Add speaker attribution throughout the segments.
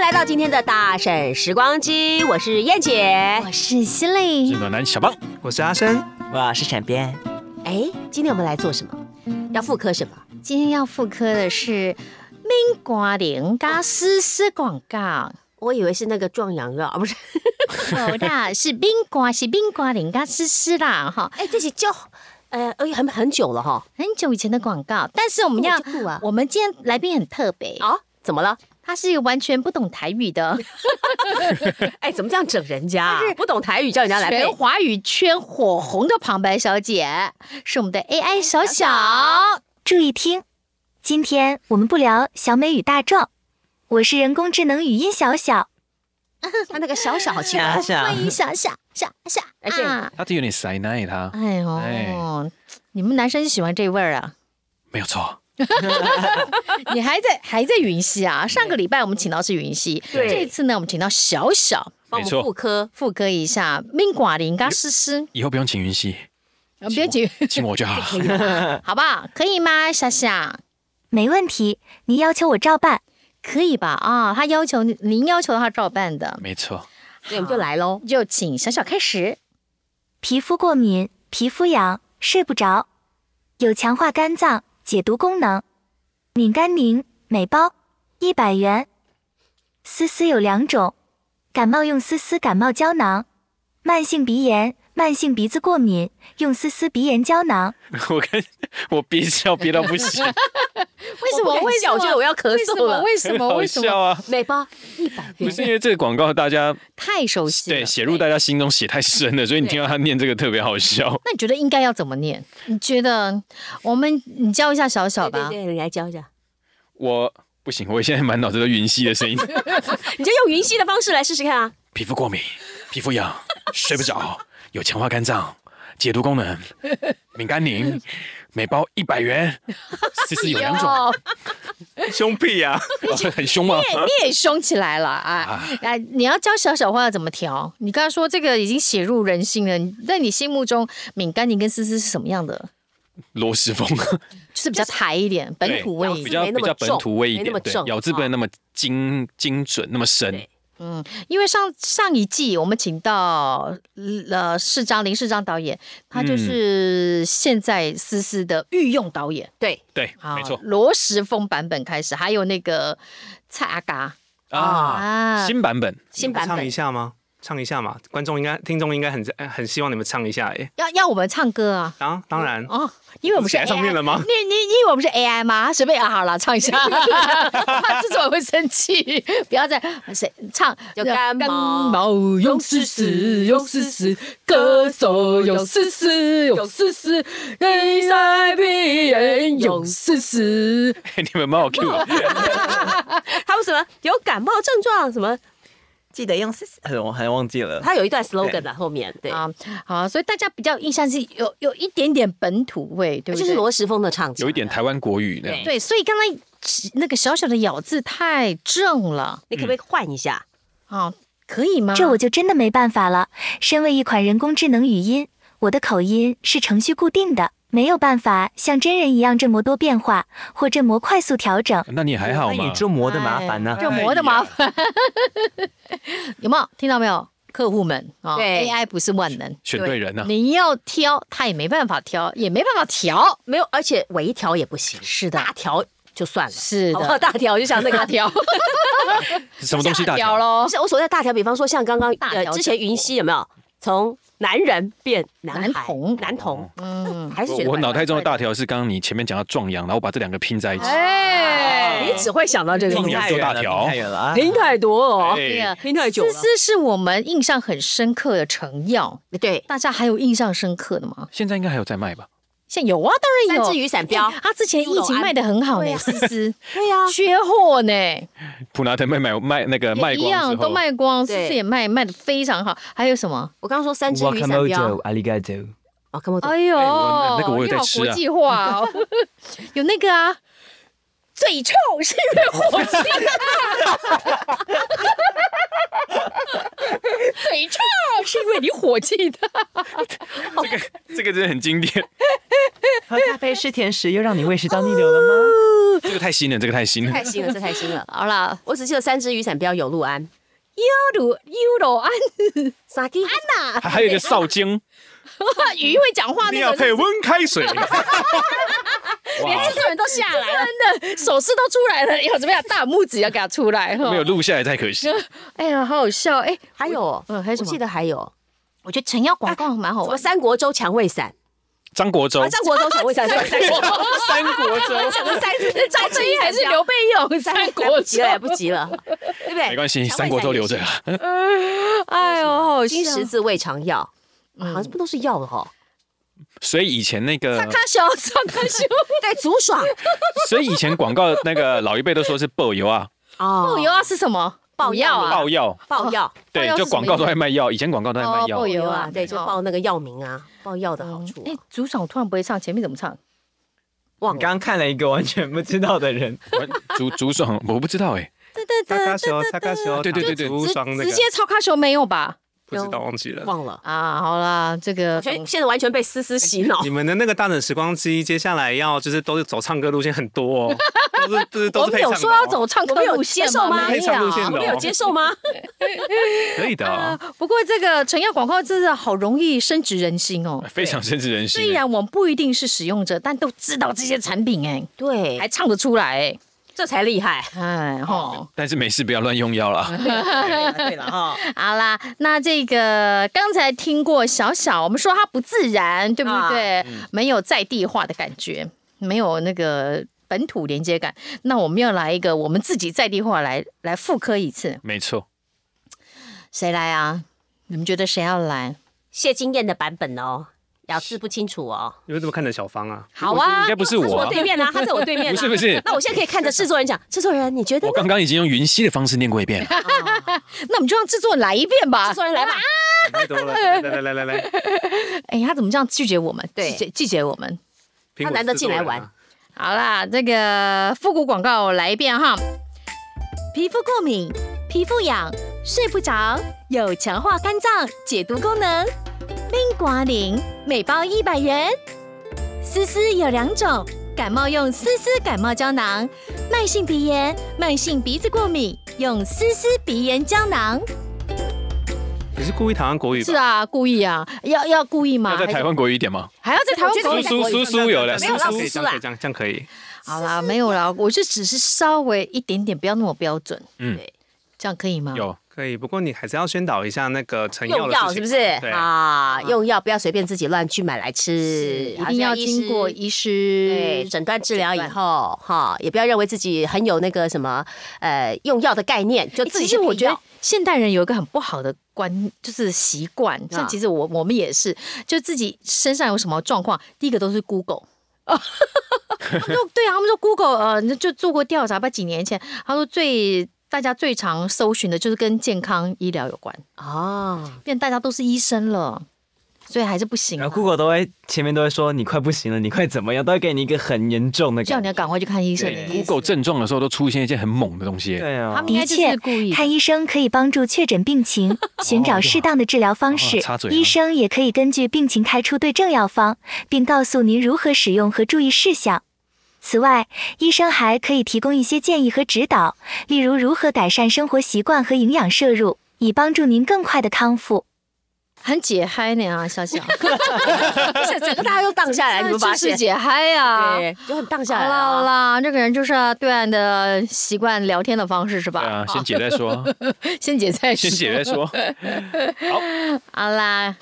Speaker 1: 来到今天的大婶时光机，我是燕姐。
Speaker 2: 我哎是西丽
Speaker 3: 是，暖男小棒，
Speaker 4: 我是阿生，
Speaker 5: 我是闪边，
Speaker 1: 哎，今天我们来做什么？要复刻什么？
Speaker 2: 今天要复刻的是敏瓜林嘎丝丝广 告，
Speaker 1: 我以为是那个壮阳药，啊不是？
Speaker 2: 哦啦，是冰瓜是冰瓜林嘎丝丝啦哈，
Speaker 1: 哎，这是叫呃，哎，很很久了哈。
Speaker 2: 很久以前的广告，但是我们要
Speaker 1: 哦这酷啊，
Speaker 2: 我们今天来宾很特别，
Speaker 1: 啊，怎么了？
Speaker 2: 他是一个完全不懂台语的，
Speaker 1: 哎，怎么这样整人家啊？不懂台语叫人家来背
Speaker 2: 全。华语圈火红的旁白小姐，是我们的
Speaker 1: 哎
Speaker 2: AI 小小。
Speaker 6: 注意听，今天我们不聊小美与大壮，我是人工智能语音小小，
Speaker 1: 他那个小小好奇怪
Speaker 3: 啊
Speaker 5: 想，想
Speaker 2: 欢迎小小小小，
Speaker 1: 而且
Speaker 2: 啊
Speaker 3: 他这有点塞奶，他
Speaker 2: 哎呦
Speaker 3: 哎，
Speaker 2: 你们男生喜欢这味儿啊？
Speaker 3: 没有错。
Speaker 2: 你还在还在云溪啊？上个礼拜我们请到是云溪，
Speaker 1: 对
Speaker 2: 这次呢我们请到小小
Speaker 1: 帮我
Speaker 3: 没
Speaker 1: 们
Speaker 3: 错
Speaker 1: 妇科。
Speaker 2: 副歌一下，命寡林嘎 诗诗，
Speaker 3: 以后不用请 云溪，
Speaker 2: 我们别紧，
Speaker 3: 请我就好了。
Speaker 2: 好不好？可以吗？夏夏，
Speaker 6: 没问题，你要求我照办。
Speaker 2: 可以吧？啊、他要求您要求他照办的，
Speaker 3: 没错，
Speaker 1: 对，我们就来喽。
Speaker 2: 就请小小开始。
Speaker 6: 皮肤过敏、皮肤痒、睡不着，有强化肝脏解毒功能。敏甘宁每包一百元。丝丝有两种，感冒用丝丝感冒胶囊，慢性鼻炎、慢性鼻子过敏用丝丝鼻炎胶囊。
Speaker 3: 我跟我憋笑憋到 不行，
Speaker 2: 为什
Speaker 1: 我
Speaker 2: 么？
Speaker 1: 不敢
Speaker 2: 为什
Speaker 1: 笑啊
Speaker 2: 么？
Speaker 1: 我觉得我要咳嗽了
Speaker 2: 为什
Speaker 3: 很
Speaker 2: 么？
Speaker 3: 好
Speaker 2: 为什么？为什
Speaker 3: 笑
Speaker 2: 么？
Speaker 3: 啊！
Speaker 1: 每包一百
Speaker 3: 不
Speaker 1: 元，
Speaker 3: 是因为这个广告大家
Speaker 2: 太熟悉了。
Speaker 3: 对写入大家心中写太深了，所以你听到他念这个特别好笑。
Speaker 2: 那你觉得应该要怎么念？你觉得我们你教一下小小
Speaker 1: 对
Speaker 2: 吧
Speaker 1: 对，对，你来教一下，
Speaker 3: 我不行，我现在满脑子都云溪的声 音，
Speaker 1: 你就用云溪的方式来试试看啊。
Speaker 3: 皮肤过敏，皮肤痒，睡不着，有强化肝脏。解毒 功能，敏甘宁，每包一百元，其实有两种，
Speaker 1: 哦
Speaker 2: 哟
Speaker 4: 凶屁啊呀、
Speaker 3: 哦很凶吗？
Speaker 2: 你也凶起来了啊！哎，你要教小小花要怎么调？你刚刚说这个已经写入人心了，你在你心目中，敏甘宁跟思思是什么样的？
Speaker 3: 罗斯风，
Speaker 2: 就是比较台一点，本土味
Speaker 1: 咬
Speaker 2: 一
Speaker 3: 比
Speaker 1: 字
Speaker 2: 点。
Speaker 3: 较
Speaker 1: 没那
Speaker 3: 比
Speaker 1: 么
Speaker 3: 较本
Speaker 1: 重
Speaker 3: 土味一
Speaker 1: 没那
Speaker 3: 点
Speaker 1: 么，
Speaker 3: 对
Speaker 1: 重，
Speaker 3: 咬字不
Speaker 1: 啊
Speaker 3: 能那么精精准，那么深
Speaker 1: 对。
Speaker 2: 因为上上一季我们请到呃市长林市长导演，他
Speaker 3: 嗯
Speaker 2: 就是现在思思的御用导演啊
Speaker 1: 对，
Speaker 3: 对，没错
Speaker 2: 罗时峰版本开始，还有那个蔡阿嘎
Speaker 3: 啊。
Speaker 2: 啊，
Speaker 3: 新版本
Speaker 1: 新版
Speaker 4: 唱一
Speaker 1: 本。
Speaker 4: 下吗？唱一下嘛，观众应该、听众应该很很希望你们唱一下哎。
Speaker 2: 要要我们唱歌啊。
Speaker 4: 啊，当然，
Speaker 2: 哦，因为我们是
Speaker 4: 写
Speaker 2: AI,
Speaker 4: 在上面了吗
Speaker 2: 你你你以为我们是 AI 吗？随便啊，好了，唱一下，他制作人会生气，不要再谁唱
Speaker 1: 有干毛
Speaker 2: 用丝丝用丝丝，歌手用丝丝用丝丝，AIP 人用丝丝，
Speaker 3: 哎你们蛮好 Q 啊的，
Speaker 1: 还有什么有感冒症状什么？
Speaker 5: 记得用四四，呃我还忘记了。
Speaker 1: 它有一段 slogan 的后面，对，
Speaker 2: 啊好，所以大家比较印象是有有一点点本土味，对不
Speaker 1: 就
Speaker 2: 对？
Speaker 1: 是罗时峰的唱腔，啊
Speaker 3: 有一点台湾国语那样。
Speaker 2: 对，所以刚才那个小小的咬字太正了
Speaker 1: 你可不可以换一下？
Speaker 2: 啊。可以吗？
Speaker 6: 这我就真的没办法了。身为一款人工智能语音，我的口音是程序固定的，没有办法像真人一样这么多变化或这么快速调整。
Speaker 3: 那你还好
Speaker 5: 哎那
Speaker 3: 吗
Speaker 5: 你？这磨的麻烦呢、
Speaker 2: 哎这磨的麻烦，有没有听到没有？客户们啊、
Speaker 1: 对
Speaker 2: a i 不是万能，
Speaker 3: 选对人啊了，
Speaker 2: 你要挑，他也没办法挑，也没办法调。
Speaker 1: 没有，而且微调也不行，
Speaker 2: 是的，
Speaker 1: 大调就算了，
Speaker 2: 是
Speaker 1: 好不好？
Speaker 2: 的，
Speaker 1: 大调我就想那个
Speaker 2: 大哦调，
Speaker 3: 什么东西大
Speaker 2: 调
Speaker 3: 条？
Speaker 2: 喽
Speaker 1: 不？是我所谓的大调，比方说像刚刚
Speaker 2: 大调
Speaker 1: 呃
Speaker 2: 整
Speaker 1: 之前云溪有没有从男人变男孩
Speaker 2: 男童
Speaker 1: 男童，哦
Speaker 2: 嗯，
Speaker 1: 还是
Speaker 3: 我
Speaker 1: 觉得
Speaker 3: 我
Speaker 1: 蛮
Speaker 3: 脑袋中的
Speaker 1: 怪
Speaker 3: 大条是刚刚你前面讲到壮阳，然后我把这两个拼在一起。
Speaker 2: 哎
Speaker 1: 的，你只会想到这个
Speaker 3: 听
Speaker 1: 东
Speaker 5: 听
Speaker 1: 西
Speaker 3: 你，
Speaker 5: 太
Speaker 3: 做
Speaker 5: 远
Speaker 3: 大
Speaker 5: 了，
Speaker 3: 条
Speaker 5: 听太远了啊！
Speaker 1: 听太多哦，
Speaker 3: 哎
Speaker 2: 呀
Speaker 1: 听太久
Speaker 2: 思
Speaker 1: 了。
Speaker 2: 思是我们印象很深刻的成药，
Speaker 1: 对，
Speaker 2: 大家还有印象深刻的吗？
Speaker 3: 现在应该还有在卖吧？
Speaker 2: 像有啊，当然
Speaker 1: 三
Speaker 2: 有。
Speaker 1: 只雨伞标啊
Speaker 2: 哎，他之前疫情卖的很好呢，思思
Speaker 1: 对啊呀，
Speaker 2: 缺货呢。
Speaker 3: 普拿藤卖卖卖那个卖
Speaker 2: 也一
Speaker 3: 光
Speaker 2: 样
Speaker 3: 之
Speaker 2: 都
Speaker 3: 后，
Speaker 2: 卖光，
Speaker 1: 对
Speaker 2: 思思也卖，卖的非常好。还有什么？
Speaker 1: 我刚刚说三只雨伞标，
Speaker 5: 阿里嘎多，
Speaker 1: 哦，看不懂。
Speaker 2: 哎呦，
Speaker 3: 我那那个我有在
Speaker 2: 又好
Speaker 3: 吃
Speaker 2: 国
Speaker 3: 啊
Speaker 2: 际化 哦，有那个啊，嘴臭是因为火气、啊，嘴臭是因为你火气大。
Speaker 3: 这个这个真的很经典，
Speaker 5: 喝咖啡吃甜食又让你胃食道逆流了吗？
Speaker 3: 这个太新了，这个太新了。
Speaker 1: 太新了，这太新了。好啦，我只记得三只雨伞标有陆安、
Speaker 2: Euro Euro 安
Speaker 1: 傻鸡、
Speaker 2: 娜，
Speaker 3: 还还有一个少京，
Speaker 2: 鱼会讲话
Speaker 4: 一
Speaker 2: 那
Speaker 4: 定要
Speaker 2: 个
Speaker 4: 配温开水。
Speaker 3: 哇，
Speaker 2: 制作人都下来了，真的手势都出来了，有怎么样？大拇指要给他出来哈
Speaker 3: 没。有录下来太可惜。
Speaker 2: 哎呀，好好笑哎！
Speaker 1: 还有，
Speaker 2: 嗯还有什
Speaker 1: 我
Speaker 2: 么
Speaker 1: 记得还有
Speaker 2: 我觉得陈耀广告蛮好啊
Speaker 1: 什么
Speaker 2: 玩的，
Speaker 1: 三国周蔷薇伞
Speaker 3: 张国
Speaker 1: 啊，
Speaker 3: 周，
Speaker 1: 三国周蔷薇伞，三国周，
Speaker 3: 三国周，
Speaker 1: 讲了三
Speaker 2: 张正义还是刘备用三
Speaker 1: 来
Speaker 2: 国
Speaker 1: 不及了，来
Speaker 2: 志，
Speaker 3: 啊
Speaker 1: 不及了，对不对？
Speaker 3: 没关系，三国周留着。
Speaker 2: 哎呦，好好笑
Speaker 1: 金。十字胃肠药，好像不都是药了哈？
Speaker 3: 所以以前那个，
Speaker 2: 他小张他小
Speaker 1: 对，竹爽
Speaker 3: 所以以前广告那个老一辈都说是爆油啊，
Speaker 1: 哦
Speaker 2: 爆油啊是什么？
Speaker 1: 爆
Speaker 2: 补药啊，
Speaker 3: 爆药，
Speaker 1: 爆药，
Speaker 3: 对，就广告都在卖药，以前广告都在卖药
Speaker 2: 哦爆。油
Speaker 1: 有
Speaker 2: 啊
Speaker 1: 啊，，对，就
Speaker 2: 哦。
Speaker 1: 爆那个药名啊，爆药的好处啊
Speaker 2: 哎，组长我突然不会唱，前面怎么唱？
Speaker 1: 忘
Speaker 5: 你
Speaker 1: 了
Speaker 5: 刚刚看了一个完全不知道的人，
Speaker 2: 嗯
Speaker 3: 我竹竹爽，我不知道哎，
Speaker 4: 擦卡修，擦卡修，
Speaker 3: 对对对对
Speaker 4: 无双那
Speaker 2: 直
Speaker 4: 个
Speaker 2: 接超卡球没有吧？
Speaker 4: 不知道忘记了。
Speaker 1: 忘了，
Speaker 2: 啊，好啦，这个
Speaker 1: 我觉得现在完全被思思洗脑
Speaker 4: 你。们的那个大胆时光机，接下来要就是都是走唱歌路线很多哦，都是都是
Speaker 2: 我
Speaker 4: 都是
Speaker 2: 们
Speaker 4: 配唱
Speaker 2: 有
Speaker 4: 的哦
Speaker 2: 说要走唱
Speaker 1: 我
Speaker 2: 歌
Speaker 1: 们有
Speaker 2: 路
Speaker 1: 接
Speaker 2: 线
Speaker 1: 受吗？
Speaker 4: 可以唱路线的哦
Speaker 1: 我们有接受吗？
Speaker 4: 可以的哦。
Speaker 2: 不过这个成药广告真的好容易深植人心哦。
Speaker 3: 非常深植人
Speaker 2: 虽
Speaker 3: 心。
Speaker 2: 然我们不一定是使用者，但都知道这些产品哎，
Speaker 1: 对
Speaker 2: 还，唱得出来哎，
Speaker 1: 这才厉害。
Speaker 2: 哎吼。
Speaker 3: 但是没事，不要乱用药了。
Speaker 1: 对了哈，
Speaker 2: 好啦，那这个刚才听过小小，我们说他不自然，对不对？
Speaker 1: 啊
Speaker 2: 没有在地化的感觉，没有那个本土连接感。那我们要来一个我们自己在地化来来复刻一次，
Speaker 3: 没错，
Speaker 2: 谁来啊？你们觉得谁要来？
Speaker 1: 谢金燕的版本哦，咬字不清楚哦。
Speaker 4: 你们怎么看着小芳啊？
Speaker 2: 好啊
Speaker 3: 应，该不是我
Speaker 1: 我
Speaker 3: 啊，
Speaker 1: 对面啊，他在我对面、啊。
Speaker 3: 不是不是
Speaker 1: 那我现在可以看着制作人讲，制作人你觉得
Speaker 3: 我
Speaker 1: 呢？
Speaker 3: 刚刚已经用云溪的方式念过一遍了。
Speaker 2: 那我们就让制作人来一遍吧
Speaker 1: 制。作人来吧，
Speaker 4: 太多了，来来来来来，
Speaker 2: 哎，他怎么这样拒绝我们？
Speaker 1: 对
Speaker 2: 拒绝拒绝我们。
Speaker 4: 苹果
Speaker 1: 难得
Speaker 4: 制作
Speaker 1: 进来
Speaker 4: 人啊
Speaker 1: 玩
Speaker 2: 好啦，这个复古广告来一遍哈。皮肤过敏、皮肤痒、睡不着，有强化肝脏解毒功能。冰瓜灵每包一百元。丝丝有两种，感冒用丝丝感冒胶囊，慢性鼻炎、慢性鼻子过敏用丝丝鼻炎胶囊。
Speaker 4: 你是故意台湾国语吧？
Speaker 2: 是啊，故意啊，要要故意吗？
Speaker 3: 要在台湾国语一点吗？
Speaker 2: 还要在台湾
Speaker 1: 我觉得
Speaker 2: 国
Speaker 1: 你
Speaker 2: 语
Speaker 1: 在
Speaker 3: 苏苏苏有了，
Speaker 4: 这
Speaker 3: 苏
Speaker 1: 没
Speaker 4: 样
Speaker 1: 有啦
Speaker 4: 可以
Speaker 1: 苏
Speaker 4: 这
Speaker 1: 苏
Speaker 2: 啊
Speaker 4: 样
Speaker 1: 啦
Speaker 4: 可以这样这样可以。
Speaker 2: 好啦，没有啦，我就只是稍微一点点，不要那么标准，
Speaker 3: 嗯，
Speaker 2: 这样可以吗？
Speaker 3: 有
Speaker 4: 可以，不过你还是要宣导一下那个成药
Speaker 1: 用
Speaker 4: 的
Speaker 1: 药
Speaker 4: 事
Speaker 1: 是
Speaker 4: 情
Speaker 1: 不是
Speaker 4: 对，
Speaker 1: 啊？用药不要随便自己乱去买来
Speaker 2: 是
Speaker 1: 吃，
Speaker 2: 一定要经过
Speaker 1: 医师
Speaker 2: 医
Speaker 1: 对
Speaker 2: 师
Speaker 1: 诊断治疗以后哈，也不要认为自己很有那个什么呃用药的概念，就
Speaker 2: 欸
Speaker 1: 自己
Speaker 2: 其实
Speaker 1: 去
Speaker 2: 我
Speaker 1: 配
Speaker 2: 觉得
Speaker 1: 药
Speaker 2: 现代人有一个很不好的观，就是习惯。
Speaker 1: 啊
Speaker 2: 像其实我我们也是，就自己身上有什么状况，第一个都 是 Google。他们说对啊，他们说 Google 呃，就做过调查吧，几年前他说最大家最常搜寻的就是跟健康医疗有关，
Speaker 1: 啊，
Speaker 2: 变大家都是医生了，所以还是不行啊、
Speaker 5: 然后 Google 都会前面都会说你快不行了，你快怎么样，都会给你一个很严重的
Speaker 2: 叫
Speaker 5: 感
Speaker 2: 你
Speaker 5: 觉。
Speaker 2: 要赶快去看医生的意思。
Speaker 3: Google 症状的时候都出现一件很猛的东西。
Speaker 5: 对啊
Speaker 2: 他，们应该就是故意的
Speaker 6: 看医生可以帮助确诊病情，寻找适当的治疗方式
Speaker 3: 哦插嘴。啊
Speaker 6: 医生也可以根据病情开出对症药方，并告诉您如何使用和注意事项。此外，医生还可以提供一些建议和指导，例如如何改善生活习惯和营养摄入，以帮助您更快的康复。
Speaker 2: 很解嗨呢啊，笑笑，
Speaker 1: 而且整个大家都荡下来，你们发
Speaker 2: 就
Speaker 1: 现
Speaker 2: 是？解嗨呀、
Speaker 1: 对，就很荡下
Speaker 2: 好
Speaker 1: 来
Speaker 2: 啦好
Speaker 1: 啊。
Speaker 2: 啦，这个人就是啊对岸的习惯聊天的方式是吧？
Speaker 3: 对啊，先解再 说，
Speaker 2: 先解再说。
Speaker 3: 先解再哎说。
Speaker 2: 好啦，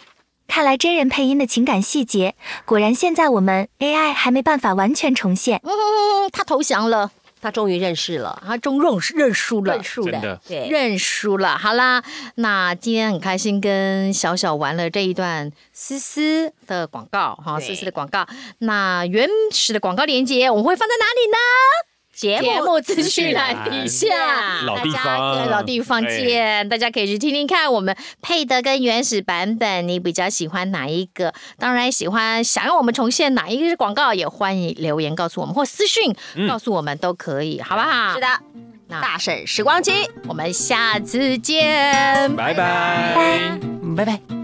Speaker 6: 看来真人配音的情感细节，果然现在我们 AI 还没办法完全重现。
Speaker 2: 嗯，他投降了，
Speaker 1: 他终于认识了，
Speaker 2: 他终认认输了
Speaker 1: 认。输
Speaker 3: 真
Speaker 1: 了
Speaker 3: 的，
Speaker 1: 对，
Speaker 2: 认输了，好啦，那今天很开心跟小小玩了这一段思思的广告哈，
Speaker 1: 对
Speaker 2: 思思的广告。那原始的广告链接我们会放在哪里呢？
Speaker 1: 节
Speaker 2: 节
Speaker 1: 目
Speaker 2: 目资讯栏底下，
Speaker 3: 老地
Speaker 2: 大
Speaker 3: 方
Speaker 2: 家对老地方
Speaker 3: 对
Speaker 2: 见，大家可以去听听看我们配的跟原始版本，你比较喜欢哪一个？当然喜欢想要我们重现哪一个广告，也欢迎留言告诉我们或私讯告诉我们都可以，好不好？
Speaker 1: 是，的，
Speaker 2: 那
Speaker 1: 大婶时光机。
Speaker 2: 我们下次见，
Speaker 3: 拜拜。
Speaker 5: 拜拜。